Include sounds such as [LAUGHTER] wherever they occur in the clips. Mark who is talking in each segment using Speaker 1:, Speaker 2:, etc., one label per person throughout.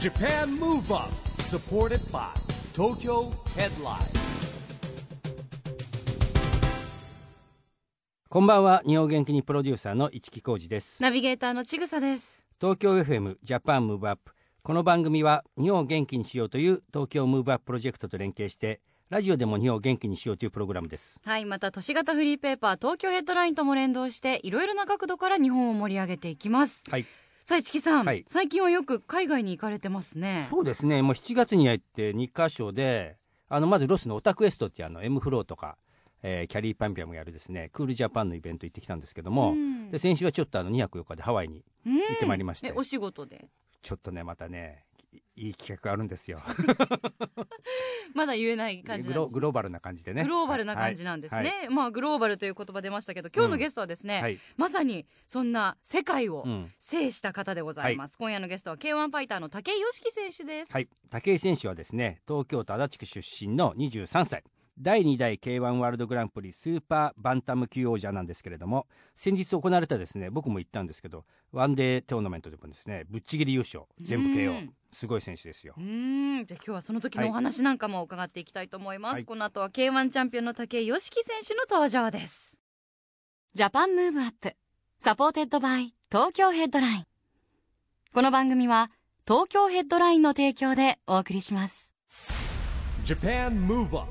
Speaker 1: Japan Move Up supported by Tokyo Headline
Speaker 2: こんばんは日本元気にプロデューサーの市木浩司です
Speaker 3: ナビゲーターのちぐさです。
Speaker 2: 東京 FM ジャパンムーブアップこの番組は日本を元気にしようという東京ムーブアッププロジェクトと連携してラジオでも日本を元気にしようというプログラムです
Speaker 3: はい、また都市型フリーペーパー東京ヘッドラインとも連動していろいろな角度から日本を盛り上げていきます。
Speaker 2: はい
Speaker 3: さあ市木さん、
Speaker 2: はい
Speaker 3: 最近はよく海外に行かれてますね。
Speaker 2: そうですねもう7月に入って2カ所であのまずロスのオタクエストっていうあの M フローとか、えーキャリーパンピアもやるですねクールジャパンのイベント行ってきたんですけども、
Speaker 3: うん
Speaker 2: で先週はちょっとあの2泊4日でハワイに
Speaker 3: うん
Speaker 2: 行ってまいりまして
Speaker 3: えお仕事で
Speaker 2: ちょっとねまたねいいい企画あるんですよ
Speaker 3: まだ言えない感じ
Speaker 2: グ
Speaker 3: なん
Speaker 2: ロ
Speaker 3: です。
Speaker 2: グローバルな感じでね
Speaker 3: グローバルな感じなんですね、
Speaker 2: はい
Speaker 3: まあグローバルという言葉出ましたけど今日のゲストはですね、
Speaker 2: はいはい
Speaker 3: まさにそんな世界を
Speaker 2: うん
Speaker 3: 制した方でございます、今夜のゲストは K1 ファイターの武井良樹選手です、
Speaker 2: はい、武井選手はですね東京都足立区出身の23歳第2代 k 1ワールドグランプリスーパーバンタム級王者なんですけれども先日行われたですね僕も行ったんですけどワンデートーナメントでもですねぶっちぎり優勝全部
Speaker 3: う
Speaker 2: KO
Speaker 3: ん
Speaker 2: すごい選手ですよ
Speaker 3: うーんじゃあ今日はその時
Speaker 2: は
Speaker 3: の
Speaker 2: い
Speaker 3: お話なんかも伺っていきたいと思います、
Speaker 2: はい
Speaker 3: この後は K1 チャンピオンの武井良樹選手の登場ですジャパンムーブアップサポーテッドバイ東京ヘッドラインこの番組は東京ヘッドラインの提供でお送りします
Speaker 1: Japan Move Up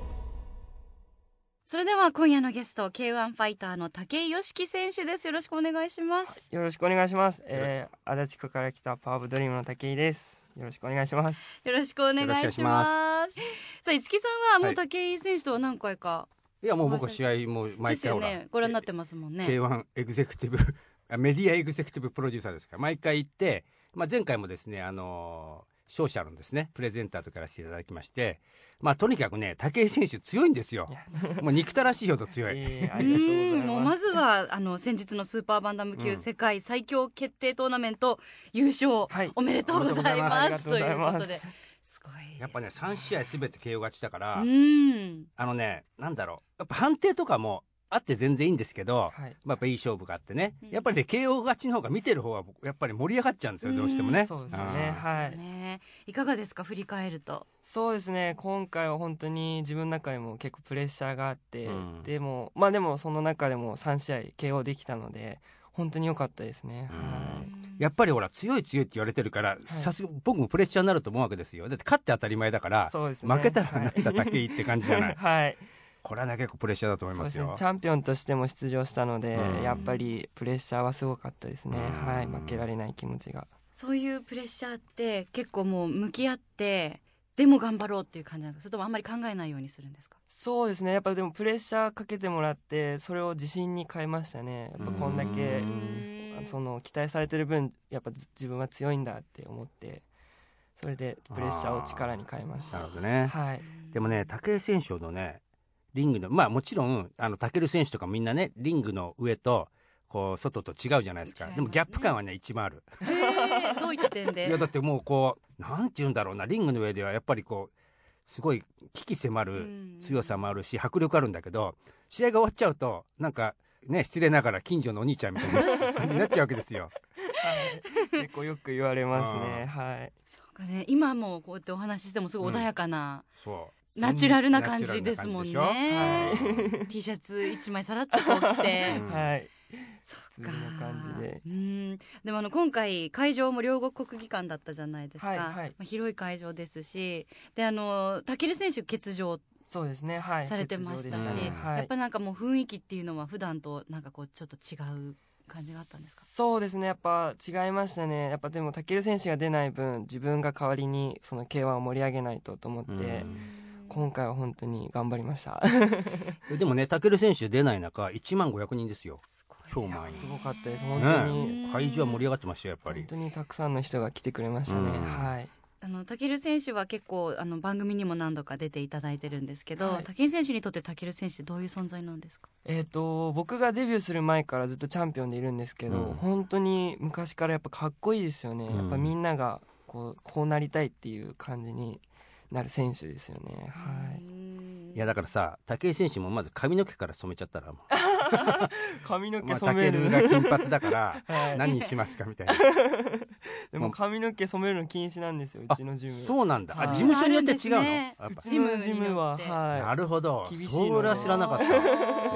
Speaker 3: それでは今夜のゲスト K1 ファイターの武井良樹選手ですよろしくお願いします、
Speaker 4: よろしくお願いします。えー、足立区から来たパワーオブドリームの武井です。よろしくお願いします。
Speaker 3: よろしくお願いし
Speaker 2: よ
Speaker 3: ま
Speaker 2: ろし
Speaker 3: す
Speaker 2: くお願
Speaker 3: さあ市木さんはも
Speaker 2: は
Speaker 3: う
Speaker 2: い
Speaker 3: 武井選手とは何回か
Speaker 2: いやもう僕は試合もう
Speaker 3: で
Speaker 2: 毎
Speaker 3: す
Speaker 2: 回
Speaker 3: よ
Speaker 2: ほら、
Speaker 3: ねご覧になってますもんね
Speaker 2: k 1エグゼクティブ [LAUGHS] あメディアエグゼクティブプロデューサーですから毎回行って、まあ、前回もですねあのー勝者のですねプレゼンターとかやらせていただきまして、まあ、とにかくね武井選手強いんですよもう憎たらしいほど強い
Speaker 4: えー、ありがとうござい
Speaker 3: ん [LAUGHS] もう
Speaker 4: ま。
Speaker 3: ますずはあの先日のスーパーバンダム級世界最強決定トーナメント優勝、
Speaker 4: はい
Speaker 3: おめでとうござい
Speaker 4: あ
Speaker 3: ま
Speaker 4: りが
Speaker 3: す
Speaker 4: とうございま
Speaker 3: ということ
Speaker 4: す
Speaker 3: ですごいですね
Speaker 2: やっぱね3試合すべて KO 勝ちだから、
Speaker 3: うん
Speaker 2: あのねなんだろうやっぱ判定とかもあって全然いいんですけど、
Speaker 4: はい。
Speaker 2: まあ、やっぱいい勝負があってね、
Speaker 3: うん
Speaker 2: やっぱりね KO 勝ちの方が見てる方は僕やっぱり盛り上がっちゃうんですよどうしてもね。
Speaker 4: そうですね
Speaker 2: あ。ー
Speaker 4: はい。
Speaker 3: ねいかがですか振り返ると
Speaker 4: そうですね。今回は本当に自分の中でも結構プレッシャーがあって、
Speaker 2: うん
Speaker 4: でもまあでもその中でも三試合 KO できたので本当に良かったですね。
Speaker 2: うん
Speaker 4: は
Speaker 2: やっぱりほら強い強いって言われてるから、さすが僕もプレッシャーになると思うわけですよだって勝って当たり前だから
Speaker 4: い。、そうですね。
Speaker 2: 負けたらなんだ武井って感じじゃな
Speaker 4: はいい。はい。
Speaker 2: これはね結構プレッシャーだと思い
Speaker 4: そ
Speaker 2: ま
Speaker 4: うですすね
Speaker 2: よ。
Speaker 4: チャンピオンとしても出場したので、
Speaker 2: うん
Speaker 4: やっぱりプレッシャーはすごかったですね、
Speaker 2: うん
Speaker 4: はい負けられない気持ちが
Speaker 3: そういうプレッシャーって結構もう向き合ってでも頑張ろうっていう感じなんですかそれともあんまり考えないようにするんですか
Speaker 4: そうですねやっぱでもプレッシャーかけてもらってそれを自信に変えましたねやっぱこんだ
Speaker 2: う
Speaker 4: け
Speaker 2: ん
Speaker 4: その期待されてる分やっぱず自分は強いんだって思ってそれでプレッシャーを力に変えまし
Speaker 2: なる
Speaker 4: た
Speaker 2: ほどね。
Speaker 4: はい
Speaker 2: でもね武井選手のねリングのまあもちろんあの武尊選手とかみんなねリングの上とこう外と違うじゃないですか
Speaker 3: 違いますね
Speaker 2: でもギャップ感はね一番ある
Speaker 3: へーどういった点
Speaker 2: いや
Speaker 3: で
Speaker 2: だってもうこうなんて言うんだろうなリングの上ではやっぱりこうすごい危機迫
Speaker 3: う
Speaker 2: る
Speaker 3: ん
Speaker 2: 強さもあるし迫力あるんだけど試合が終わっちゃうとなんかね失礼ながら近所のお兄ちゃんみたいな
Speaker 3: [LAUGHS]
Speaker 2: 感じになっちゃうわけですよ。
Speaker 4: [LAUGHS] 結構よく言われますねはい
Speaker 3: そうかね今もこうやってお話ししてもすごい穏やかな、
Speaker 2: そう
Speaker 3: [LAUGHS] ナチュラルな感じですもん
Speaker 2: ナ
Speaker 3: ね。
Speaker 2: チュラルな感じでしょ
Speaker 3: [LAUGHS] T シャツ一枚さらっとこう着て、
Speaker 4: [LAUGHS]
Speaker 2: うん
Speaker 4: はい
Speaker 3: そ
Speaker 4: 普通
Speaker 3: っか
Speaker 4: の感じで
Speaker 3: うんでもあの今回会場も両国国技館だったじゃないですか、
Speaker 4: はいはい
Speaker 3: まあ、広い会場ですしであの武尊選手欠場、
Speaker 4: そうですねはい
Speaker 3: されてましたし
Speaker 4: 欠場ではい
Speaker 3: やっぱなんかもう雰囲気っていうのは普段となんかこうちょっと違う感じがあったんですか
Speaker 4: そうですねやっぱ違いましたねやっぱでも武尊選手が出ない分自分が代わりにその k 1を盛り上げないとと思って、今回は本当に頑張りました
Speaker 2: うんでもね武尊選手出ない中1万500人ですよ
Speaker 3: す
Speaker 2: 超満員
Speaker 4: すごかったです本当に、
Speaker 3: ね
Speaker 2: 会場は盛り上がってましたよやっぱり
Speaker 4: 本当にたくさんの人が来てくれましたね、
Speaker 2: うん
Speaker 4: はい
Speaker 3: あの武尊選手は結構あの番組にも何度か出ていただいてるんですけど、
Speaker 4: はい
Speaker 3: 武井選手にとって武尊選手ってどういう存在なんですか
Speaker 4: えっ、と僕がデビューする前からずっとチャンピオンでいるんですけど、
Speaker 2: うん
Speaker 4: 本当に昔からやっぱかっこいいですよね、
Speaker 2: うん
Speaker 4: やっぱみんながこうこうなりたいっていう感じになる選手ですよね、は
Speaker 3: う
Speaker 4: い
Speaker 3: ん
Speaker 2: いやだからさ武井選手もまず髪の毛から染めちゃったらもう
Speaker 4: 髪の毛
Speaker 2: まあ、
Speaker 4: 染
Speaker 2: タケ
Speaker 4: め
Speaker 2: ル [LAUGHS]
Speaker 4: る、
Speaker 2: が金髪だ
Speaker 3: [LAUGHS]
Speaker 2: から
Speaker 4: はい
Speaker 2: 何にしますかみたいな
Speaker 4: でも髪の毛染めるの禁止なんですようちのジム
Speaker 2: そうなんだあ
Speaker 4: はい
Speaker 2: 事務所によって違うの
Speaker 3: あるん
Speaker 2: や
Speaker 3: ですね
Speaker 2: っ
Speaker 4: う
Speaker 2: ぱ
Speaker 4: ちのジムは
Speaker 3: ジムによって
Speaker 2: な
Speaker 4: は
Speaker 2: るほど
Speaker 4: 厳しいの
Speaker 2: それは知らなかったへ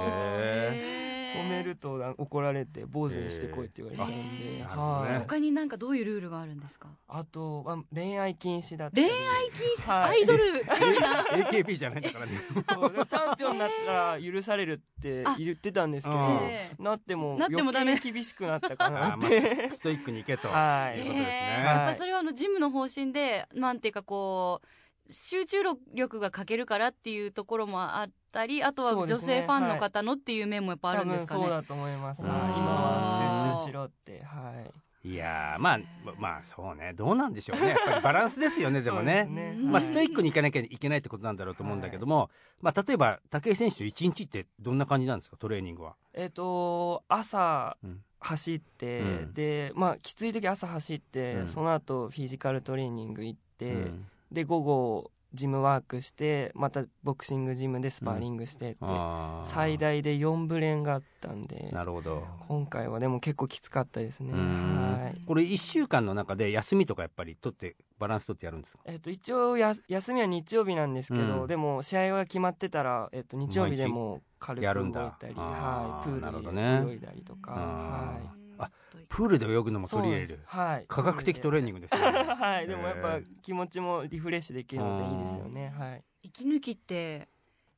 Speaker 2: え
Speaker 4: い
Speaker 3: へ
Speaker 4: 染めるとあ怒られて坊主にしてこいって言われちゃうんで、
Speaker 3: へ
Speaker 2: あな
Speaker 3: ー
Speaker 2: るほど
Speaker 4: は
Speaker 2: ね
Speaker 4: い
Speaker 3: 他になんかどういうルールがあるんですか
Speaker 4: あとは恋愛禁止だった
Speaker 3: 恋
Speaker 4: り
Speaker 3: 愛禁止、
Speaker 4: はい
Speaker 3: アイドル
Speaker 4: [LAUGHS]
Speaker 3: いいな
Speaker 2: AKB じゃないんだからね
Speaker 4: そうでもチャンピオンになったら許されるって言ってたんですけど、
Speaker 2: あうん
Speaker 3: え
Speaker 4: なっても
Speaker 3: なってもダメ
Speaker 4: 余計に厳しくなったかな
Speaker 2: あ
Speaker 4: っ
Speaker 2: ーま
Speaker 4: て、
Speaker 2: あストイックにいけということ
Speaker 4: [LAUGHS] は
Speaker 2: で
Speaker 4: い
Speaker 2: す
Speaker 3: え
Speaker 2: ね、
Speaker 3: やっぱそれはあのジムの方針でなんていうかこう集中力が欠けるからっていうところもあったりあとは
Speaker 4: そうで
Speaker 3: 女
Speaker 4: すね
Speaker 3: 性ファンの方のっていう面もやっぱあ
Speaker 4: 多
Speaker 3: るんで
Speaker 4: 分
Speaker 3: すか
Speaker 4: そう
Speaker 3: ね。
Speaker 4: だと思います、
Speaker 2: うん
Speaker 4: はい今は集中しろってはい
Speaker 2: いやーまあまあそうねどうなんでしょうねやっぱりバランスですよねでもね
Speaker 4: [LAUGHS] そうです
Speaker 3: うん
Speaker 2: まあ、ストイックにいかなきゃいけないってことなんだろうと思うんだけども、まあ、例えば武井選手と1日ってどんな感じなんですかトレーニングは。
Speaker 4: えっ、と朝
Speaker 2: うん
Speaker 4: 走って、
Speaker 2: うん
Speaker 4: でまあきつい時朝走って、
Speaker 2: うん
Speaker 4: その後フィジカルトレーニング行って、
Speaker 2: うん
Speaker 4: で午後ジムワークしてまたボクシングジムでスパーリングしてって、
Speaker 2: あー
Speaker 4: 最大で4ブレンがあったんで
Speaker 2: なるほど
Speaker 4: 今回はでも結構きつかったですね
Speaker 2: うん
Speaker 4: はい
Speaker 2: これ1週間の中で休みとかやっぱり取ってバランス取ってやるんですか
Speaker 4: えっと、一応や休みは日曜日なんですけど、
Speaker 2: うん
Speaker 4: でも試合が決まってたら、えっと、日曜日でも軽く
Speaker 2: や
Speaker 4: 動
Speaker 2: るん
Speaker 4: い
Speaker 2: だ
Speaker 4: たり、
Speaker 2: あー
Speaker 4: はい、プ
Speaker 2: なるほど
Speaker 4: ー
Speaker 2: ね
Speaker 4: ルで泳いだりとか、
Speaker 2: あ
Speaker 4: は
Speaker 2: ーあ
Speaker 3: ストイック
Speaker 2: プールで泳ぐの
Speaker 4: い、
Speaker 2: も取り入れ
Speaker 4: そ
Speaker 2: る
Speaker 4: うなんですはい、
Speaker 2: 科学的トレーニングですよ
Speaker 4: [LAUGHS]
Speaker 2: ね
Speaker 4: はい、でもやっ
Speaker 2: へ
Speaker 4: ぱ
Speaker 2: ー
Speaker 4: 気持ちもリフレッシュできるのでいいですよね、はい、
Speaker 3: 息抜きって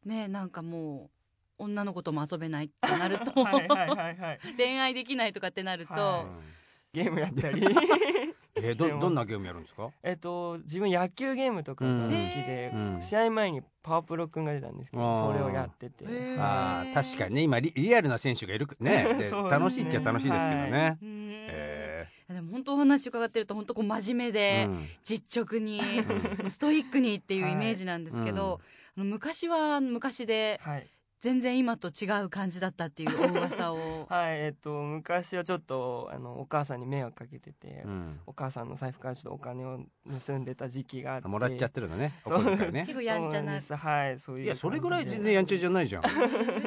Speaker 3: ねなんかもう女の子とも遊べないってなると、
Speaker 4: はいはいはいはい
Speaker 3: 恋愛できないとかってなると、
Speaker 2: う
Speaker 4: は
Speaker 2: ん
Speaker 4: ゲームやっ
Speaker 2: [LAUGHS]
Speaker 4: たり
Speaker 2: えーどどんなゲームやるんですか
Speaker 4: えっと自分野球ゲームとかが好きで、
Speaker 2: うんうん
Speaker 4: 試合前にパワープロくんが出たんですけど、
Speaker 2: あー
Speaker 4: それをやってて、
Speaker 3: へー
Speaker 2: あー確かにね今リリアルな選手がいるくねで
Speaker 4: そうですね
Speaker 2: 楽しいっちゃ楽しいですけどね。
Speaker 3: うーん
Speaker 2: え
Speaker 3: でも本当お話伺ってると本当こう真面目
Speaker 2: ー
Speaker 3: で、
Speaker 2: うん
Speaker 3: 実直にストイックにっていうイメージなんですけど、あの昔は昔で
Speaker 4: はい
Speaker 3: 全然今と違う感じだったっていう大噂を
Speaker 4: はい、えっと、昔はちょっと、あの、お母さんに迷惑かけてて、
Speaker 2: うん
Speaker 4: お母さんの財布からちょっとお金を盗んでた時期があって。
Speaker 2: もらっちゃってるのね。お
Speaker 4: そう
Speaker 2: 小遣いね
Speaker 3: 結。構やんちゃ
Speaker 4: そう
Speaker 3: なん
Speaker 4: ですはい、そういう。
Speaker 2: いやそれぐらい全然やんちゃじゃないじゃん。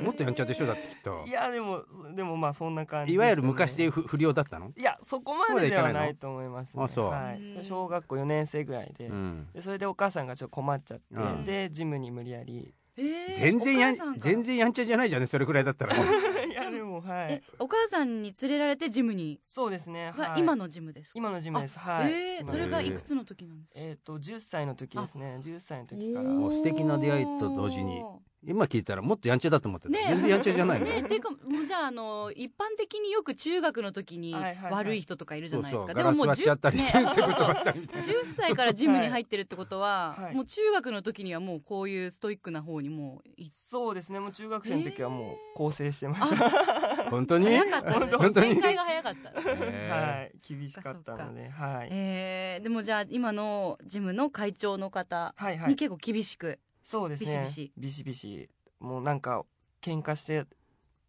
Speaker 3: も
Speaker 2: もっとやんちゃでしょだってきっと
Speaker 4: い。や、でも、でもまあそんな感じ、
Speaker 2: いわゆる昔でいう
Speaker 4: う。
Speaker 2: 不不良だったの。
Speaker 4: いや、そこまでではないと思います、ね。
Speaker 2: あそう
Speaker 4: はい。それ小学校4年生ぐらいで。
Speaker 2: うん。
Speaker 4: でそれでお母さんがちょっと困っちゃって、
Speaker 2: うん
Speaker 4: でジムに無理やり [LAUGHS]
Speaker 3: [LAUGHS]
Speaker 2: 全然やん全
Speaker 3: 然
Speaker 2: 然やんちゃじゃないじゃんねそれぐらいだったら。
Speaker 4: いやでもは
Speaker 3: え
Speaker 4: い
Speaker 3: お母さんに連れられてジムに、
Speaker 4: そうですね、
Speaker 3: は
Speaker 4: はい、
Speaker 3: 今のジムですか
Speaker 4: 今のジムですはい
Speaker 3: えー
Speaker 4: 今の
Speaker 3: それがいくつの時なんですか、
Speaker 4: えっ、と10歳の時ですね10歳の時から
Speaker 2: お素敵な出会いと同時に今聞いたらもっとやんちゃだと思ってた。
Speaker 3: ねえ
Speaker 2: 全然やんちゃじゃないの
Speaker 3: ね。っていうかもうじゃああの一般的によく中学の時に
Speaker 4: はいはいはい
Speaker 3: 悪い人とかいるじ
Speaker 2: そ
Speaker 3: ゃ
Speaker 2: う
Speaker 3: ない
Speaker 2: そ
Speaker 3: です
Speaker 2: う。
Speaker 3: か、
Speaker 2: ガラス割っちゃったり
Speaker 3: ね
Speaker 2: 先生ぶっ飛ばしたりみたいな。
Speaker 3: 10歳からジムに入ってるってことは、
Speaker 4: はいはい
Speaker 3: もう中学の時にはもうこういうストイックな方にもうい
Speaker 4: そうですねもう中学生の時はもう構成してました、
Speaker 2: 本当に。
Speaker 3: 早かったですね
Speaker 2: 本当に
Speaker 3: 正。解が早かった、
Speaker 2: へー
Speaker 4: はい厳しかったのではい、
Speaker 3: えーでもじゃあ今のジムの会長の方
Speaker 4: はいは
Speaker 3: に
Speaker 4: い
Speaker 3: 結構厳しく、
Speaker 4: そうですね
Speaker 3: ビシ
Speaker 4: ビシビシもうなんか喧嘩して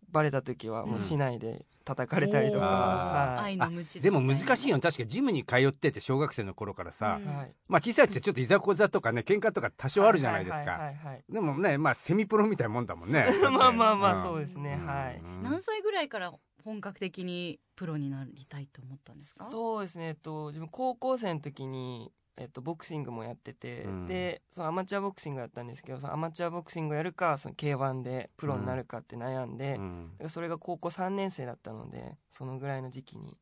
Speaker 4: バレた時はもう市内で叩かれたりとか、
Speaker 3: おー
Speaker 4: はい
Speaker 3: 愛の無知
Speaker 2: でも難しい
Speaker 3: よ
Speaker 2: よね確かジムに通ってって小学生の頃からさ、
Speaker 3: うん
Speaker 4: はい
Speaker 2: まあ小さいってちょっといざこざとかね喧嘩とか多少あるじゃないです
Speaker 4: は
Speaker 2: か
Speaker 4: いはいはい
Speaker 2: でもねまあセミプロみたいなもんだ
Speaker 4: [LAUGHS]
Speaker 2: もんね
Speaker 4: まあまあまあ
Speaker 3: ん
Speaker 4: そうですね、はい
Speaker 3: 何歳ぐらいから本格的にプロになりたいと思ったんですか
Speaker 4: そうですねえっと自分高校生の時にえっと、ボクシングもやってて、
Speaker 2: うん
Speaker 4: でそのアマチュアボクシングだったんですけどそのアマチュアボクシングをやるかその k 1でプロになるかって悩んで、だからそれが高校3年生だったのでそのぐらいの時期に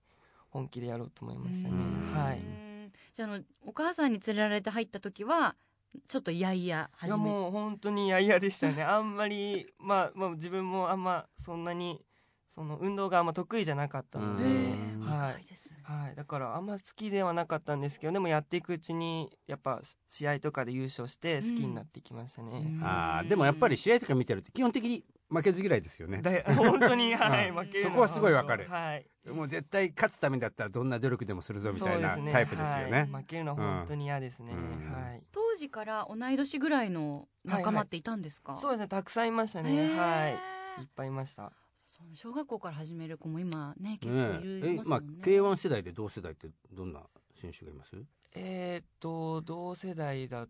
Speaker 4: 本気でやろうと思いましたね
Speaker 2: うん
Speaker 4: は
Speaker 3: う
Speaker 4: い
Speaker 3: んじゃああのお母さんに連れられて入った時はちょっといやいや
Speaker 4: い
Speaker 3: 始
Speaker 4: や
Speaker 3: め
Speaker 4: もう本当に嫌々でしたねあんまり、 [LAUGHS] まあ、まあ自分もあんまそんなにその運動があんま得意じゃなかったので、
Speaker 2: う
Speaker 3: へ
Speaker 2: ん
Speaker 3: ー
Speaker 4: は
Speaker 3: 深
Speaker 4: い
Speaker 3: いですね
Speaker 4: はい、だからあんま好きではなかったんですけどでもやっていくうちにやっぱ試合とかで優勝して好きになってきましたね、
Speaker 2: あーでもやっぱり試合とか見てると基本的に負けず嫌いですよね
Speaker 4: だい [LAUGHS] 本当に、はい、
Speaker 2: うん
Speaker 4: 負けるの
Speaker 2: そこはすごいわかる
Speaker 4: はい、
Speaker 2: もう絶対勝つためだったらどんな努力でもするぞみたいな
Speaker 4: そうですね
Speaker 2: タイプですよね
Speaker 4: はい負けるのは本当に嫌ですね、
Speaker 2: うん
Speaker 4: はい
Speaker 3: 当時から同い年ぐらいの仲間っていたんですか、
Speaker 4: そうですね、たくさんいました
Speaker 3: へ
Speaker 4: ね。
Speaker 3: ー
Speaker 4: はい。いっぱいいました。
Speaker 3: そう小学校から始める子も今ね結
Speaker 2: ね
Speaker 3: 構いる
Speaker 2: え
Speaker 3: い
Speaker 2: え
Speaker 3: ます
Speaker 2: ま
Speaker 3: も
Speaker 2: あ
Speaker 3: んね
Speaker 2: K1 世代で同世代ってどんな選手がいます
Speaker 4: えーっと同世代だ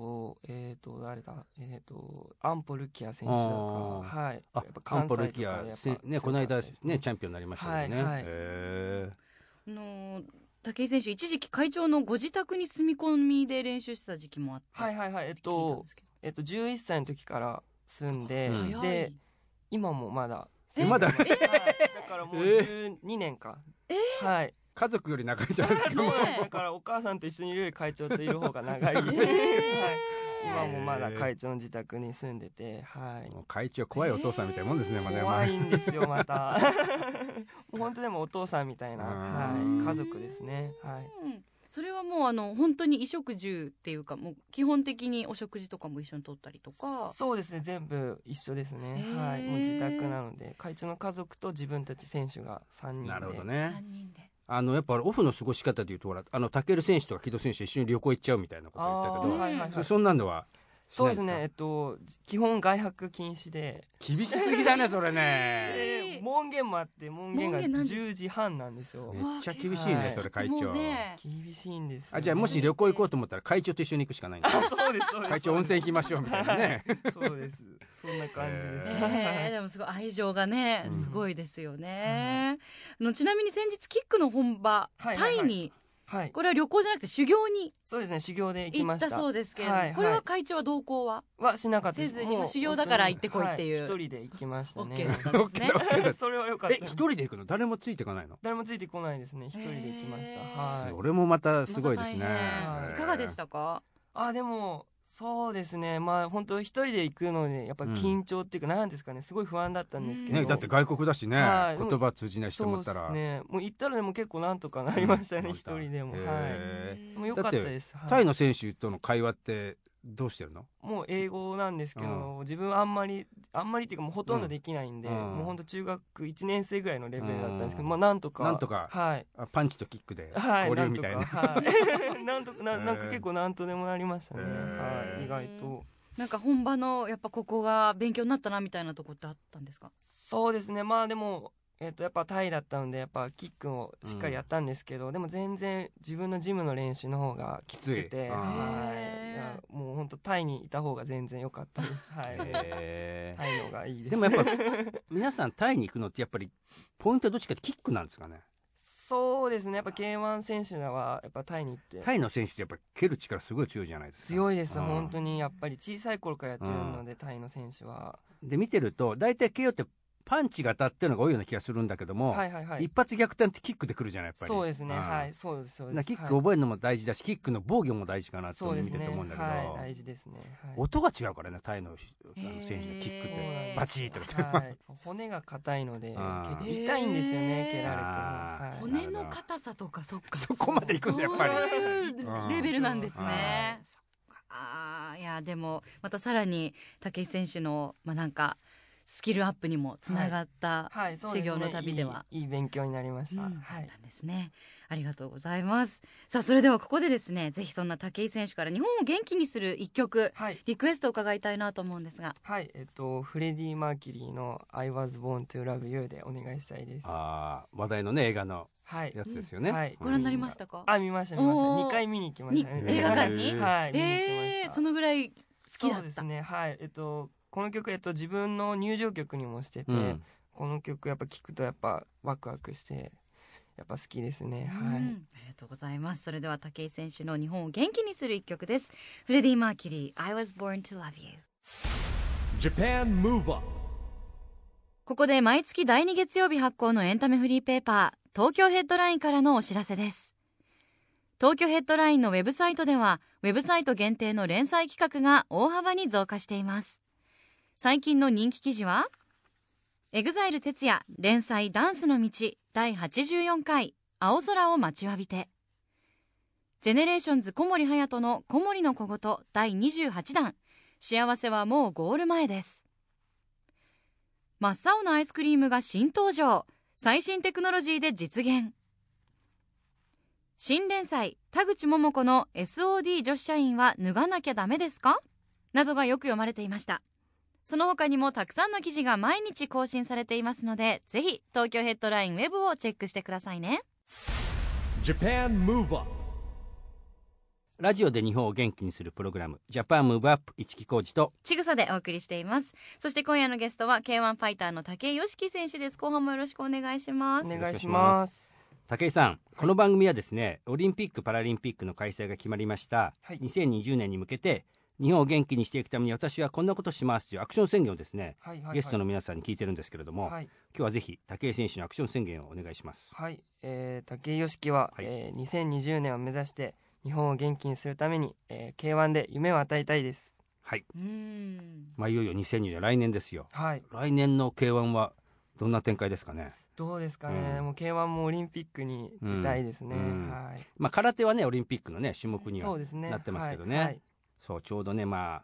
Speaker 4: とえーっと誰だえーっとアンポルキア選手とか
Speaker 2: あー
Speaker 4: はい
Speaker 2: あ
Speaker 4: やっぱ
Speaker 2: カン
Speaker 4: 関
Speaker 2: ポ
Speaker 4: 西
Speaker 2: ルキ
Speaker 4: とか
Speaker 2: ア
Speaker 4: やっぱ
Speaker 2: せねこの間
Speaker 4: 強かったです
Speaker 2: ねチャンピオンになりましたよね、
Speaker 4: はいはい
Speaker 2: へ
Speaker 3: あのー武井選手一時期会長のご自宅に住み込みで練習してた時期もあって
Speaker 4: はいはいはいえっ
Speaker 3: 聞いたん
Speaker 4: と
Speaker 3: ですけど
Speaker 4: えっと11歳の時から住んで
Speaker 2: うん
Speaker 3: 早い
Speaker 4: で今もまだ
Speaker 2: えまだ
Speaker 4: はいだからもう12年かはい
Speaker 2: 家族より長いじゃ
Speaker 4: [LAUGHS]
Speaker 2: ないですか
Speaker 3: ね
Speaker 4: だからお母さんと一緒にいるより会長といる方が長い、はい、今もまだ会長の自宅に住んでてはい
Speaker 2: もう会長怖いお父さんみたいなもんですね、まあね
Speaker 4: 怖いんですよまた [LAUGHS] もう本当でもお父さんみたいな、
Speaker 2: う
Speaker 4: は
Speaker 2: ん
Speaker 4: い、家族ですねはい
Speaker 3: うんそれはもうあの本当に衣食住っていうかもう基本的にお食事とかも一緒に取ったりとか
Speaker 4: そうですね全部一緒ですね
Speaker 3: へ、ー
Speaker 4: はい、もう自宅なので会長の家族と自分たち選手が3人で
Speaker 2: なるほどね
Speaker 3: 三人で
Speaker 2: あのやっぱオフの過ごし方でいうとほらあのタケル選手とか木戸選手一緒に旅行行っちゃうみたいなこと言った
Speaker 4: あ
Speaker 2: け
Speaker 4: ー
Speaker 2: ど、
Speaker 3: うん
Speaker 4: はいはい
Speaker 2: そ
Speaker 4: はい
Speaker 2: そんなんのは
Speaker 4: そうです
Speaker 2: ない
Speaker 4: ねえっと基本外泊禁止で
Speaker 2: 厳しすぎだねそれ
Speaker 4: [LAUGHS]
Speaker 2: ね
Speaker 4: で門限もあって門限が
Speaker 3: 門限なんです
Speaker 4: 10時半なんですよ
Speaker 2: めっちゃ厳しい
Speaker 4: は
Speaker 2: ね
Speaker 4: い
Speaker 2: それ会
Speaker 3: も
Speaker 2: 長、
Speaker 3: うね
Speaker 4: 厳しいんですよ
Speaker 2: あじゃあもし旅行行こうと思ったら会長と一緒に行くしか
Speaker 4: [LAUGHS]
Speaker 2: ないんだ
Speaker 4: そうですそうです
Speaker 2: 会長温泉行きましょうみたいなね
Speaker 4: [LAUGHS] そうですそんな感じです、
Speaker 3: えーでもすごい愛情がね
Speaker 2: うん
Speaker 3: すごいですよね、あのちなみに先日キックの本場、
Speaker 4: はいはいはい
Speaker 3: タイに
Speaker 4: はい
Speaker 3: これは旅行じゃなくて修行に
Speaker 4: そうですね修行で行き
Speaker 3: 行っ
Speaker 4: ました
Speaker 3: たそうですけれども、
Speaker 4: はいはい
Speaker 3: これは会長は同行は
Speaker 4: はしなかったです
Speaker 3: せずに
Speaker 4: もう
Speaker 3: まあ修行だから行ってこい
Speaker 4: は
Speaker 3: っていう
Speaker 4: 一人で行きましたね
Speaker 3: OK だったんです
Speaker 2: [LAUGHS]
Speaker 3: ね
Speaker 4: [LAUGHS] それは良かっ
Speaker 2: え
Speaker 4: た
Speaker 2: 一人で行くの誰もついていかないの、
Speaker 4: 誰もついてこないですね一人で行きました
Speaker 3: へー
Speaker 4: はい
Speaker 2: それもまたすごいですね、
Speaker 3: また大変
Speaker 2: えー
Speaker 3: いかがでしたか
Speaker 4: あでもそうですねまあ本当一人で行くのでやっぱ緊張っていうか、なんですかねすごい不安だったんですけど、
Speaker 2: ね、だって外国だしね、
Speaker 4: はい
Speaker 2: 言葉通じない人
Speaker 4: そ
Speaker 2: も
Speaker 4: う
Speaker 2: っ
Speaker 4: で
Speaker 2: たら
Speaker 4: すねもう行ったらでも結構なんとかなりましたね
Speaker 2: うん
Speaker 4: 一人でも
Speaker 2: へ
Speaker 4: は
Speaker 2: え
Speaker 4: いもう良かったですはい
Speaker 2: タイの選手との会話ってどうしてるの
Speaker 4: もう英語なんですけど、
Speaker 2: う
Speaker 4: 自分あんまりあんまりっていうかもうほとんどできないんで、
Speaker 2: うん
Speaker 4: もうほんと中学1年生ぐらいのレベルだったんですけど、
Speaker 2: うん
Speaker 4: まあなんとか
Speaker 2: なんとか
Speaker 4: はい
Speaker 2: あパンチとキックで
Speaker 4: はい
Speaker 2: 交
Speaker 4: な
Speaker 2: 流
Speaker 4: ん
Speaker 2: み
Speaker 4: と
Speaker 2: た
Speaker 4: か
Speaker 2: いな。
Speaker 4: はい [LAUGHS] なんとかななん
Speaker 2: へ
Speaker 4: か
Speaker 2: ー
Speaker 4: 結構なんとでもなりましたね、
Speaker 2: へー
Speaker 4: はい、意外と
Speaker 3: なんか本場のやっぱここが勉強になったなみたいなとこってあったんですか
Speaker 4: そうですねまあでもえっとやっぱタイだったのでやっぱキックをしっかりやったんですけど、でも全然自分のジムの練習の方がきつく
Speaker 2: きつい
Speaker 4: て
Speaker 2: あー
Speaker 4: はい
Speaker 3: へー
Speaker 4: いやもう本当タイにいた方が全然良かったですはい
Speaker 2: へ
Speaker 4: タイの方がいい
Speaker 2: ー
Speaker 4: です
Speaker 2: でもやっぱ
Speaker 4: [LAUGHS]
Speaker 2: 皆さんタイに行くのってやっぱりポイントはどっちかってキックなんですかね
Speaker 4: そうですねやっぱ K1 選手らはやっぱタイに行って
Speaker 2: タイの選手ってやっぱ蹴る力すごい強いじゃないですか
Speaker 4: 強いです
Speaker 2: うん
Speaker 4: 本当にやっぱり小さい頃からやってるのでタイの選手は
Speaker 2: で見てると大体 KO ってパンチが当たってるのが多いような気がするんだけども、
Speaker 4: はいはいはい
Speaker 2: 一発逆転ってキックで来るじゃないやっぱり
Speaker 4: そうですね
Speaker 2: ん
Speaker 4: はいそうですそうで
Speaker 2: な
Speaker 4: す
Speaker 2: キック覚えるのも大事だし、キックの防御も大事か
Speaker 4: は
Speaker 2: ないと
Speaker 4: そう
Speaker 2: 見
Speaker 4: です
Speaker 2: て
Speaker 4: ね
Speaker 2: て思うんだけど、
Speaker 4: はい大事ですねはい
Speaker 2: 音が違うからねタイのあの
Speaker 3: へー
Speaker 2: 選手のキックっ
Speaker 4: そうなんで
Speaker 2: て
Speaker 4: す
Speaker 2: バチーとかつく
Speaker 4: はい骨が硬いので結
Speaker 2: あー
Speaker 4: 構痛いんですよね
Speaker 3: へー
Speaker 4: 蹴られても
Speaker 2: あー
Speaker 4: はい
Speaker 3: 骨の硬さとかそっ
Speaker 4: [LAUGHS]
Speaker 3: か
Speaker 2: そこまで行くんだやっぱり
Speaker 3: そういうレベルなんですね
Speaker 4: う。
Speaker 3: そっかあーいやでもまたさらに武井選手のまあなんかスキルアップにもつながった
Speaker 4: はいそうですね
Speaker 3: 修行の旅ではい
Speaker 4: いいい勉強になりました
Speaker 3: うん
Speaker 4: は
Speaker 3: だ
Speaker 4: い
Speaker 3: ったんですね。ありがとうございます。さあそれではここでですねぜひそんな武井選手から日本を元気にする一曲
Speaker 4: はい
Speaker 3: リクエストを伺いたいなと思うんですが。
Speaker 4: はいえっとフレディ・マーキュリーの「I was born to love you」でお願いしたいです
Speaker 2: あー話題のね映画の
Speaker 4: はい
Speaker 2: やつですよね、
Speaker 4: はい
Speaker 3: ご覧になりましたか
Speaker 4: あ見ました見ました
Speaker 3: おー
Speaker 4: 2回見に行きました
Speaker 3: に映画館に
Speaker 2: へー
Speaker 4: はい見に
Speaker 3: えー、
Speaker 4: 行きました
Speaker 3: そのぐらい好きだ
Speaker 4: そう
Speaker 3: っ
Speaker 4: です
Speaker 3: た。
Speaker 4: ねはいえっとこの曲えっと自分の入場曲にもしてて、
Speaker 2: うん
Speaker 4: この曲やっぱ聴くとやっぱワクワクしてやっぱ好きですね
Speaker 3: うん
Speaker 4: はい、
Speaker 3: ありがとうございますそれでは武井選手の日本を元気にする一曲ですフレディ・マーキュリー I was born to love you
Speaker 1: Japan Move Up
Speaker 3: ここで毎月第2月曜日発行のエンタメフリーペーパー東京ヘッドラインからのお知らせです東京ヘッドラインのウェブサイトではウェブサイト限定の連載企画が大幅に増加しています最近の人気記事はエグザイル哲也連載ダンスの道第84回青空を待ちわびてジェネレーションズ小森隼人の小森の小言第28弾幸せはもうゴール前です真っ青なアイスクリームが新登場最新テクノロジーで実現新連載田口桃子の SOD 女子社員は脱がなきゃダメですかなどがよく読まれていましたその他にもたくさんの記事が毎日更新されていますのでぜひ東京ヘッドラインウェブをチェックしてくださいね
Speaker 1: Japan Move Up
Speaker 2: ラジオで日本を元気にするプログラムジャパンムーブアップ一木工事と
Speaker 3: ちぐさでお送りしていますそして今夜のゲストは K1 ファイターの武井良樹選手です後半もよろしくお願いします
Speaker 4: お願いします
Speaker 2: 武井さんこの番組はですねオリンピック・パラリンピックの開催が決まりました、
Speaker 4: はい
Speaker 2: 2020年に向けて日本を元気にしていくために私はこんなことしますというアクション宣言をですね、
Speaker 4: はいはいはい
Speaker 2: ゲストの皆さんに聞いてるんですけれども、
Speaker 4: はい
Speaker 2: 今日はぜひ武井選手のアクション宣言をお願いします
Speaker 4: はい、えー、武井良樹は、
Speaker 2: はい
Speaker 4: えー、2020年を目指して日本を元気にするために、えー、K1 で夢を与えたいです
Speaker 2: はい、
Speaker 3: うん
Speaker 2: まあ、いよいよ2020年来年ですよ
Speaker 4: はい
Speaker 2: 来年の K1 はどんな展開ですかね
Speaker 4: どうですかね、
Speaker 2: うん
Speaker 4: もう K1 もオリンピックに出たいですね、
Speaker 2: うん
Speaker 4: は
Speaker 2: まあ空手はねオリンピックのね種目
Speaker 4: い
Speaker 2: には
Speaker 4: そうですね
Speaker 2: なってますけどね
Speaker 4: はいはい
Speaker 2: そうちょうどねまあ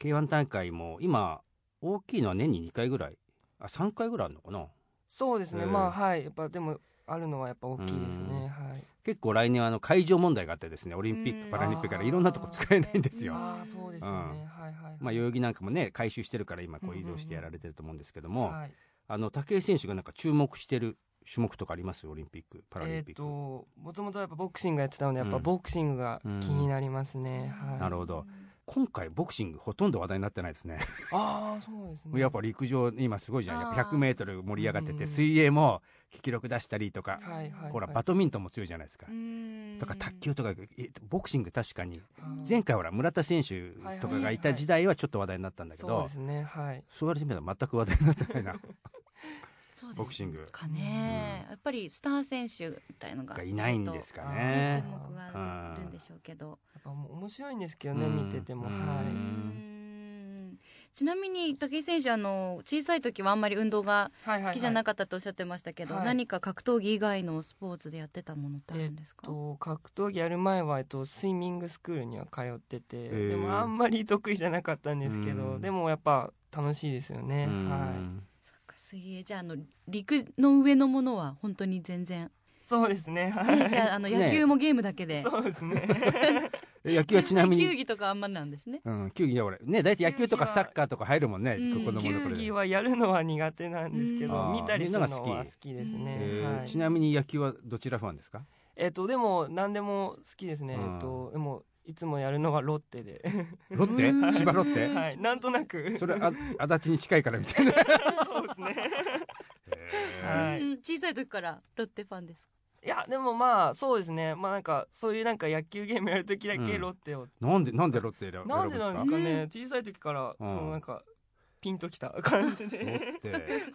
Speaker 2: K1 大会も今大きいのは年に2回ぐらいあ3回ぐらいあるのかな
Speaker 4: そうですね、
Speaker 2: うん
Speaker 4: まあはいやっぱでもあるのはやっぱ大きいです
Speaker 2: う
Speaker 4: ね
Speaker 2: ん
Speaker 4: はい
Speaker 2: 結構来年はあの会場問題があってですねオリンピッ
Speaker 3: う
Speaker 2: ク
Speaker 3: ん
Speaker 2: パラリンピックからいろんなとこ使えないんです
Speaker 3: うん
Speaker 2: よ。
Speaker 4: ああそうですよね、はいはい
Speaker 2: まあ、代々木なんかもね回収してるから今こ
Speaker 4: うん
Speaker 2: う
Speaker 4: うんう
Speaker 2: 移
Speaker 4: ん
Speaker 2: 動してやられてると思うんですけども、
Speaker 4: はい
Speaker 2: あの武井選手がなんか注目してる種目とかありますオリンピックパラリ
Speaker 4: え
Speaker 2: ン
Speaker 4: っ、
Speaker 2: ピック、
Speaker 4: ともともとやっぱボクシングやってたのでやっぱ
Speaker 2: うん
Speaker 4: ボクシングが気になりますね、はい
Speaker 2: なるほど今回ボクシングほとんど話題になってないですね
Speaker 4: ああそうですね
Speaker 2: やっぱ陸上今すごいじゃんやっぱ
Speaker 3: あー
Speaker 2: 100m 盛り上がって
Speaker 4: うんうん
Speaker 2: て
Speaker 4: うん
Speaker 2: 水泳も記録出したりとか、
Speaker 4: はいはい、はい、
Speaker 2: ほらバドミントンも強いじゃないですか、
Speaker 3: うん
Speaker 2: とか卓球とかえボクシング確かに
Speaker 4: はい
Speaker 2: 前回ほら村田選手とかがいた時代はちょっと話題になったんだけど、
Speaker 4: そうですねはい
Speaker 2: そう言われてみたら全く話題になってない
Speaker 4: [LAUGHS]
Speaker 2: な
Speaker 3: そうです
Speaker 2: ボクシング
Speaker 3: かね、やっぱりスター選手みたいのが
Speaker 2: がいないんですか
Speaker 3: ね
Speaker 2: ね
Speaker 3: 注。目がいるんでしょうけど
Speaker 4: やっぱもう面白いんですけどね、
Speaker 2: うん
Speaker 4: 見てても、
Speaker 2: うん
Speaker 3: う
Speaker 4: は
Speaker 3: んちなみに武井選手あの小さい時はあんまり運動が
Speaker 4: い、はいはい
Speaker 3: 好きじゃな
Speaker 4: く
Speaker 3: かったとおっしゃってましたけど、
Speaker 4: はい
Speaker 3: 何か格闘技以外のスポーツでやってたものってあるんですか、
Speaker 4: と格闘技やる前は、えっと、スイミングスクールには通ってて
Speaker 2: ー
Speaker 4: でもあんまり得意じゃなかったんですけど、
Speaker 2: うん
Speaker 4: でもやっぱ楽しいですよね、
Speaker 2: うん
Speaker 4: はい
Speaker 3: そっか水泳じゃああの陸の上のものは本当に全然、
Speaker 4: そうですね
Speaker 3: ね
Speaker 4: は
Speaker 3: じゃああの
Speaker 2: ね
Speaker 3: 野球もゲームだけで、
Speaker 4: いそうですね
Speaker 2: え野球はちなみ
Speaker 3: 球
Speaker 2: に、
Speaker 3: 技とかあんまなんですね
Speaker 2: うん、球技だ俺ね大体野球とか
Speaker 4: 球技
Speaker 2: サ
Speaker 4: は
Speaker 2: ッカーとか入るもんね、
Speaker 3: うん
Speaker 2: [LAUGHS] 子供の
Speaker 4: 球
Speaker 2: 頃で
Speaker 4: 技はやるのは苦手なんですけど、
Speaker 2: うん
Speaker 4: 見たりするの
Speaker 2: みんなが
Speaker 4: は
Speaker 2: 好
Speaker 4: 好
Speaker 2: き
Speaker 4: きです
Speaker 3: は
Speaker 4: ね、
Speaker 2: えー
Speaker 4: はい
Speaker 2: ちなみに野球はどちらファンですか
Speaker 4: えっとでも何でも好きですね、
Speaker 2: うん
Speaker 4: えっとでもいつもやるのはロッテで
Speaker 2: ロッテ
Speaker 3: うん
Speaker 2: 千葉ロッテ
Speaker 4: [LAUGHS] はいなんとなく
Speaker 2: それあ足立に近いからみたいな、
Speaker 4: [LAUGHS] そうで
Speaker 2: [LAUGHS]
Speaker 4: すね
Speaker 2: へ
Speaker 4: はい
Speaker 3: うん小さい時からロッテファンです
Speaker 4: いやでもまあそうですねまあなんかそういうなんか野球ゲームやる時だ
Speaker 2: う
Speaker 4: け
Speaker 2: ん
Speaker 4: ロッテを、
Speaker 2: ーなんでなんでロッテ選ぶ
Speaker 4: なんでなんです
Speaker 2: か
Speaker 4: かね小さい時から
Speaker 2: う
Speaker 4: そ
Speaker 2: ん
Speaker 4: のなんかピンときた感じ
Speaker 2: [LAUGHS] ロ
Speaker 4: で
Speaker 2: ッテ
Speaker 4: はい
Speaker 2: へー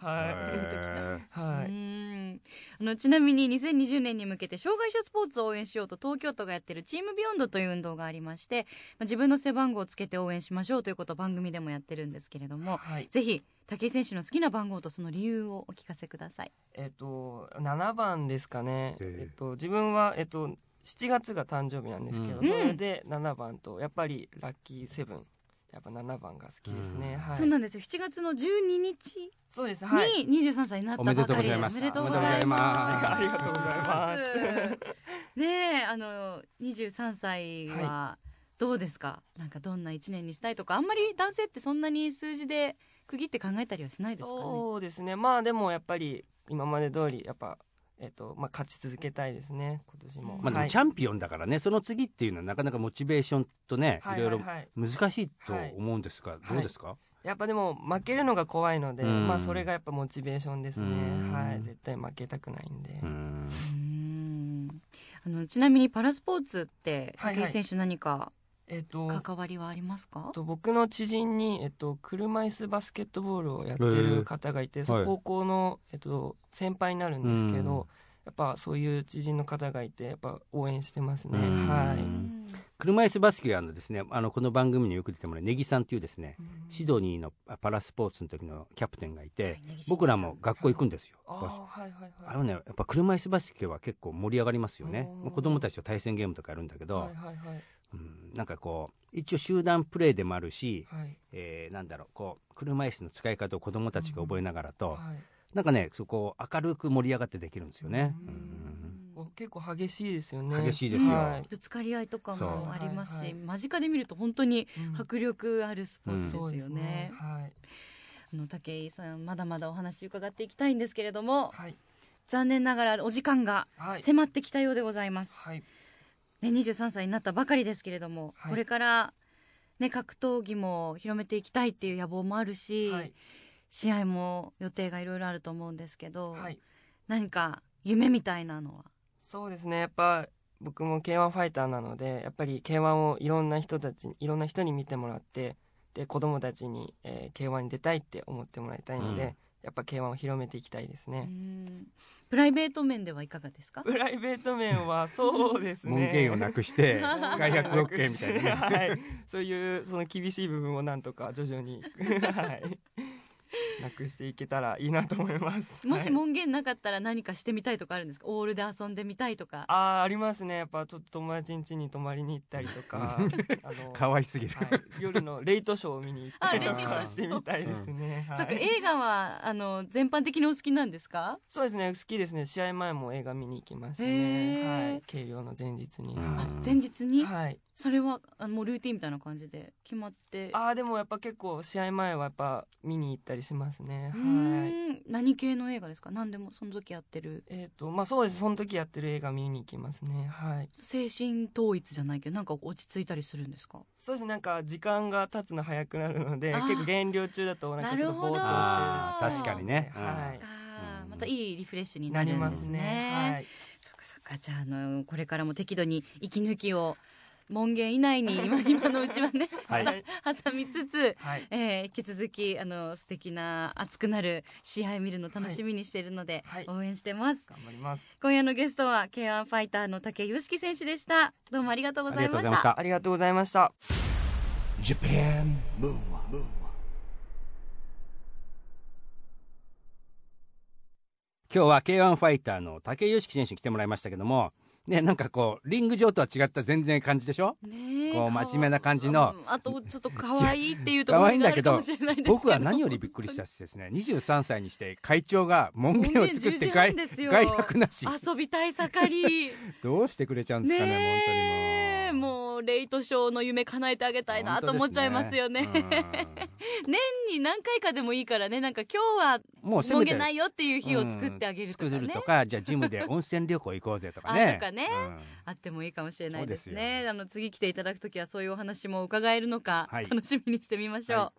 Speaker 4: は
Speaker 3: う
Speaker 4: い
Speaker 3: んあのちなみに2020年に向けて障害者スポーツを応援しようと東京都がやってるチームビヨンドという運動がありましてまあ自分の背番号をつけて応援しましょうということを番組でもやってるんですけれども
Speaker 4: はい
Speaker 3: ぜひ武井選手の好きな番号とその理由をお聞かせください。
Speaker 4: えっと7番ですかね
Speaker 2: ええ
Speaker 4: えっと自分はえっと7月が誕生日なんですけど
Speaker 3: うん
Speaker 4: それで7番とやっぱりラッキーセブンやっぱ7番が好きです
Speaker 2: う
Speaker 4: ね
Speaker 2: ん
Speaker 4: はい
Speaker 3: そうなんですよ7月の12日
Speaker 4: そうですはい
Speaker 3: に23歳になったばかりで、
Speaker 2: お
Speaker 3: お
Speaker 2: め
Speaker 3: め
Speaker 2: で
Speaker 3: で
Speaker 2: と
Speaker 3: と
Speaker 2: うご
Speaker 3: うご
Speaker 2: ざ
Speaker 3: ざ
Speaker 2: い
Speaker 3: い
Speaker 2: ま
Speaker 4: [LAUGHS]
Speaker 3: ますす。
Speaker 4: おめでとうございま
Speaker 3: [LAUGHS]
Speaker 4: す
Speaker 3: ねえあの23歳はどうですか、なんかどんな1年にしたいとかあんまり男性ってそんなに数字で区切って考えたりはしないですかね。
Speaker 4: そうですねまあでもやっぱり今まで通りやっぱえっとまあ勝ち続けたいですね今年も
Speaker 2: まあで
Speaker 4: は
Speaker 2: も
Speaker 4: い
Speaker 2: チャンピオンだからね、その次っていうのはなかなかモチベーションとね、
Speaker 4: はいい
Speaker 2: ろ
Speaker 4: はいい
Speaker 2: ろ
Speaker 4: はい
Speaker 2: 難しいと思うんですが、
Speaker 4: い
Speaker 2: どうですか、
Speaker 4: やっぱでも負けるのが怖いので、
Speaker 2: うん
Speaker 4: まあそれがやっぱモチベーションですね
Speaker 2: うん
Speaker 4: はい絶対負けたくないんで、
Speaker 2: うーん
Speaker 3: うーんあのちなみにパラスポーツって
Speaker 4: はいは
Speaker 3: 武
Speaker 4: い
Speaker 3: 井選手何か
Speaker 4: えっと
Speaker 3: 関わりはありますか、
Speaker 4: えっと僕の知人に、えっと、車椅子バスケットボールをやってる方がいて、そ
Speaker 2: は
Speaker 4: の
Speaker 2: い
Speaker 4: 高校の、えっと、先輩になるんですけど、
Speaker 2: うん
Speaker 4: やっぱそういう知人の方がいてやっぱ応援してますね、
Speaker 2: うん
Speaker 4: は
Speaker 2: う
Speaker 4: い
Speaker 2: ん車椅子バスケはあのですね、あのこの番組によく出てもらうネギさんというですね、シドニーのパラスポーツの時のキャプテンがいて、
Speaker 3: いネギシンジさん
Speaker 2: 僕らも学校行くんですよ。
Speaker 4: あー
Speaker 2: バス
Speaker 4: はいはい
Speaker 2: あ
Speaker 4: は
Speaker 2: のね、やっぱ車椅子バスケは結構盛り上がりますよね。
Speaker 4: うん
Speaker 2: まあ子供たちと対戦ゲームとかやるんだけ
Speaker 4: い
Speaker 2: ど、
Speaker 4: はいはいはい
Speaker 2: うん、なんかこう一応集団プレーでもあるし、
Speaker 4: はい
Speaker 2: えーなんだろうこう車椅子の使い方を子供たちが覚えながらと、
Speaker 4: はい
Speaker 2: なんかね、そこを明るく盛り上がってできるんですよね。
Speaker 4: う
Speaker 2: うんん
Speaker 4: お結構激しいですよね
Speaker 2: 激しいです
Speaker 3: よ
Speaker 4: はい
Speaker 3: ぶつかり合いとか
Speaker 2: そう
Speaker 3: もありますし、
Speaker 4: はいはい
Speaker 3: 間近で見ると本当に
Speaker 4: うん
Speaker 3: 迫力あるスポーツです
Speaker 4: そ
Speaker 3: よ
Speaker 4: う
Speaker 3: ね。
Speaker 4: ですねはい
Speaker 3: あの武井さんまだまだお話伺っていきたいんですけれども
Speaker 4: はい
Speaker 3: 残念ながらお時間が
Speaker 4: はい
Speaker 3: 迫ってきたようでございます、
Speaker 4: はい
Speaker 3: ね、23歳になったばかりですけれども、
Speaker 4: はい
Speaker 3: これから、ね、格闘技も広めていきたいっていう野望もあるし、
Speaker 4: はい、
Speaker 3: 試合も予定がいろいろあると思うんですけど、
Speaker 4: はい、
Speaker 3: 何か夢みたいなのは
Speaker 4: そうですねやっぱ僕も k 1ファイターなのでやっぱり k 1をいろんな人たちにいろんな人に見てもらってで子供たちに、えー、k 1に出たいって思ってもらいたいので、
Speaker 2: うん
Speaker 4: やっぱ k 1を広めていきたいですね、
Speaker 3: うんプライベート面ではいかがですか
Speaker 4: プライベート面はそうですね
Speaker 2: 門限をなくして外
Speaker 4: 約
Speaker 2: 百六件みたいなね、
Speaker 3: [LAUGHS]
Speaker 4: [LAUGHS] はい、そういうその厳しい部分をなんとか徐々に、はい、なくしていけたらいいなと思います
Speaker 3: もし
Speaker 4: はい
Speaker 3: 門限なかったら何かしてみたいとかあるんですかオールで遊んでみたいとか
Speaker 4: あーありますねやっぱちょっと友達ん家に泊まりに行ったりと
Speaker 2: [LAUGHS]
Speaker 4: かあの
Speaker 2: かわいすぎる、
Speaker 4: はい、夜のレイトショーを見に行ったりと
Speaker 2: あレイトショ
Speaker 4: か
Speaker 2: ー
Speaker 4: してみたいですね、
Speaker 3: そ
Speaker 4: は
Speaker 3: うか
Speaker 4: い、
Speaker 3: 映画はあの全般的にお好きなんですか
Speaker 4: そうですね好きですね試合前も映画見に行きました
Speaker 3: へ
Speaker 4: ね
Speaker 3: ー
Speaker 4: はい軽量の前日に、
Speaker 2: うん
Speaker 3: あ
Speaker 4: は
Speaker 3: 前日
Speaker 4: い
Speaker 3: に
Speaker 4: はい、
Speaker 3: それはあのもうルーティンみたいな感じで決まって
Speaker 4: あーでもやっぱ結構試合前はやっぱ見に行ったりしますね
Speaker 3: うー
Speaker 4: はい
Speaker 3: ん何系の映画ですか何でもその時やってる
Speaker 4: えっ、とまあそうですその時やってる映画見に行きますねはい
Speaker 3: 精神統一じゃないけどなんか落ち着いたりするんですか
Speaker 4: そうですねなんか時間が経つの早くなるので
Speaker 3: あー
Speaker 4: 結構減量中だとなんかちょっとぼーっとしてる
Speaker 2: あー
Speaker 3: なるほど
Speaker 2: 確かにね、うん
Speaker 4: は
Speaker 3: あー
Speaker 2: うん
Speaker 3: またいいリフレッシュにな
Speaker 4: な
Speaker 3: る
Speaker 4: り
Speaker 3: ん
Speaker 4: ま
Speaker 3: です
Speaker 4: す
Speaker 3: ね
Speaker 4: ねはい
Speaker 3: そっかそっかじゃああのこれからも適度に息抜きを門限以内に
Speaker 4: [LAUGHS]
Speaker 3: 今今のうちはね、
Speaker 2: はい
Speaker 3: さ挟みつつ、
Speaker 4: はい
Speaker 3: えー引き続きあの素敵な熱くなる試合見るの楽しみにしているので、
Speaker 4: はい
Speaker 3: 応援してます、
Speaker 4: 頑張ります
Speaker 3: 今夜のゲストは K1 ファイターの武井良樹選手でしたどうもありがとうご
Speaker 2: あ
Speaker 3: ざ
Speaker 2: り
Speaker 3: い
Speaker 2: がとう
Speaker 3: ま
Speaker 2: ござい
Speaker 3: し
Speaker 2: ましたた
Speaker 4: ありがとうございました
Speaker 1: Japan Move Up, Move Up.
Speaker 2: 今日は K1 ファイターの武井良樹選手に来てもらいましたけどもねなんかこうリング上とは違った全然感じでしょ
Speaker 3: ねえ
Speaker 2: こう真面目な感じの
Speaker 3: うんあとちょっと可愛いっていうとこ
Speaker 2: 可
Speaker 3: ろ
Speaker 2: 愛いん
Speaker 3: があ
Speaker 2: だけ
Speaker 3: るか
Speaker 2: ど
Speaker 3: もしれないですけど
Speaker 2: 僕は何よりびっくりしたしですね23歳にして会長が門限を作って
Speaker 3: 門限10時半
Speaker 2: 外
Speaker 3: ですよ
Speaker 2: 外泊なし
Speaker 3: 遊びたい盛り
Speaker 2: どうしてくれちゃうんですかね
Speaker 3: ねえ
Speaker 2: 本当にもう
Speaker 3: もうレイトショーの夢叶えてあげたいなと思っちゃいますよね
Speaker 2: 本当ですね
Speaker 3: 年に何回かでもいいからねなんか今日は
Speaker 2: うんもうせ
Speaker 3: も
Speaker 2: め
Speaker 3: げ
Speaker 2: て
Speaker 3: ないよっていう日を作ってあげるとかね、
Speaker 2: うん作るとかじゃあジムで温泉旅行行こうぜとかね
Speaker 3: あとかね
Speaker 2: うん
Speaker 3: あってもいいかもしれないです
Speaker 2: そう
Speaker 3: ね
Speaker 2: ですよ
Speaker 3: あの次来ていただくときはそういうお話も伺えるのか、
Speaker 2: はい
Speaker 3: 楽しみにしてみましょう、
Speaker 2: は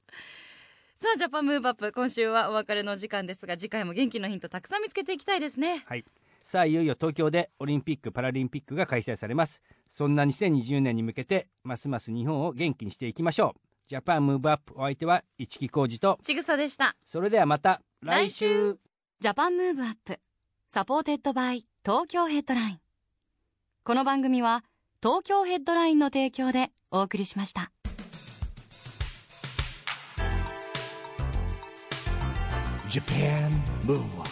Speaker 3: さあジャパンムーブアップ今週はお別れの時間ですが次回も元気のヒントたくさん見つけていきたいですね
Speaker 2: はいさあいよいよ東京でオリンピック・パラリンピックが開催されますそんな2020年に向けてますます日本を元気にしていきましょうジャパンムーブアップお相手は市木浩二と
Speaker 3: ちぐさでした
Speaker 2: それではまた来
Speaker 3: 来週
Speaker 2: 週
Speaker 5: ジャパンムーブアップサポーテッドバイ東京ヘッドラインこの番組は東京ヘッドラインの提供でお送りしました
Speaker 1: Japan Move Up.